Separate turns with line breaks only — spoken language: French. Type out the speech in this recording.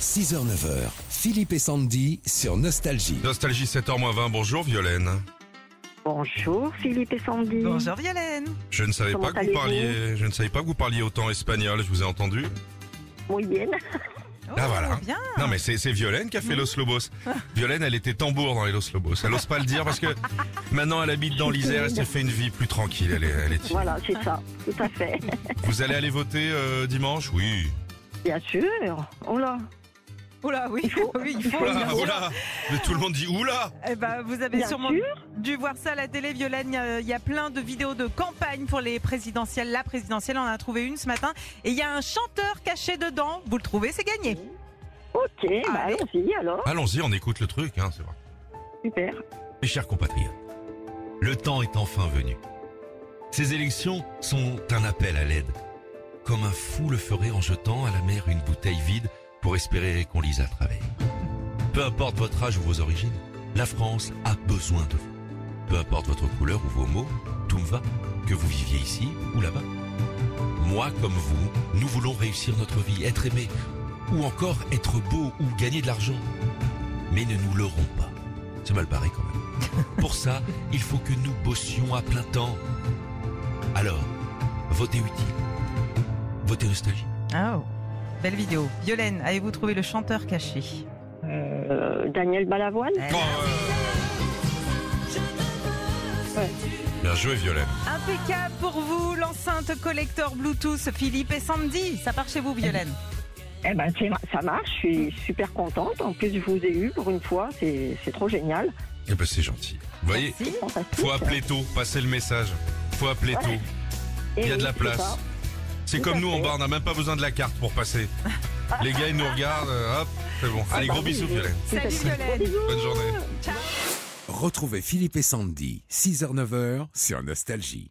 6h-9h, Philippe et Sandy sur Nostalgie.
Nostalgie 7h20, bonjour Violaine.
Bonjour Philippe et
Mmh.
Sandy.
Bonjour Violaine.
Je ne savais
Comment
pas que vous
allez-vous
parliez, je ne savais pas que vous parliez autant espagnol, je vous ai entendu.
Muy bien.
Oh,
Ah, voilà.
Bien.
Non mais c'est c'est Violaine qui a fait Los Lobos. Violaine, elle était tambour dans les Los Lobos. Elle n'ose pas le dire parce que maintenant elle habite dans l'Isère, elle s'est fait une vie plus tranquille, elle est, elle est timide.
Voilà, c'est ça. Tout à fait.
Vous allez aller voter euh, dimanche Oui.
Bien sûr. Oh là.
Oh là, oui. oui, il faut.
Oula,
bien
Oula, Ah,
sûr.
oula Mais tout le monde dit oula
Eh ben, vous avez
Bien
sûrement
sûr.
dû voir ça à la télé, Violaine. Il y a- Il y a plein de vidéos de campagne pour les présidentielles. La présidentielle, on en a trouvé une ce matin. Et il y a un chanteur caché dedans. Vous le trouvez, c'est gagné.
Ok, bah
Ah, Allez.
allons-y alors.
Allons-y, on écoute le truc, hein, c'est vrai.
Super.
Mes chers compatriotes, le temps est enfin venu. Ces élections sont un appel à l'aide. Comme un fou le ferait en jetant à la mer une bouteille vide pour espérer qu'on lise à travers. Peu importe votre âge ou vos origines, la France a besoin de vous. Peu importe votre couleur ou vos mots, tout me va, que vous viviez ici ou là-bas. Moi comme vous, nous voulons réussir notre vie, être aimés, ou encore être beau ou gagner de l'argent. Mais ne nous leurrons pas. C'est mal barré quand même. Pour ça, il faut que nous bossions à plein temps. Alors, votez utile. Votez nostalgie.
Oh. Belle vidéo. Violaine, avez-vous trouvé le chanteur caché
Euh, Daniel Balavoine.
Eh,
Bien joué, Violaine.
Impeccable pour vous, l'enceinte collector Bluetooth Philippe et Sandy. Ça part chez vous, Violaine.
Eh ben c'est- ça marche. Je suis super contente. En plus je vous ai eu pour une fois. C'est c'est trop génial.
Eh ben, c'est gentil. Vous voyez,
Merci.
Fantastique.
faut appeler tôt, passer le message. Faut appeler
Ouais.
tôt.
Eh
Il y a
oui,
de la
c'est ça.
place. C'est
Tout
comme
à
nous en
fait.
bas, on n'a même pas besoin de la carte pour passer. Les gars, ils nous regardent. euh, Hop, c'est bon. Allez,
bah
gros
oui,
bisous,
oui.
Violaine.
Tout à
Salut,
fait.
Violaine.
Gros bisous.
Bonne journée.
Retrouvez Philippe et Sandy, 6h-9h sur Nostalgie.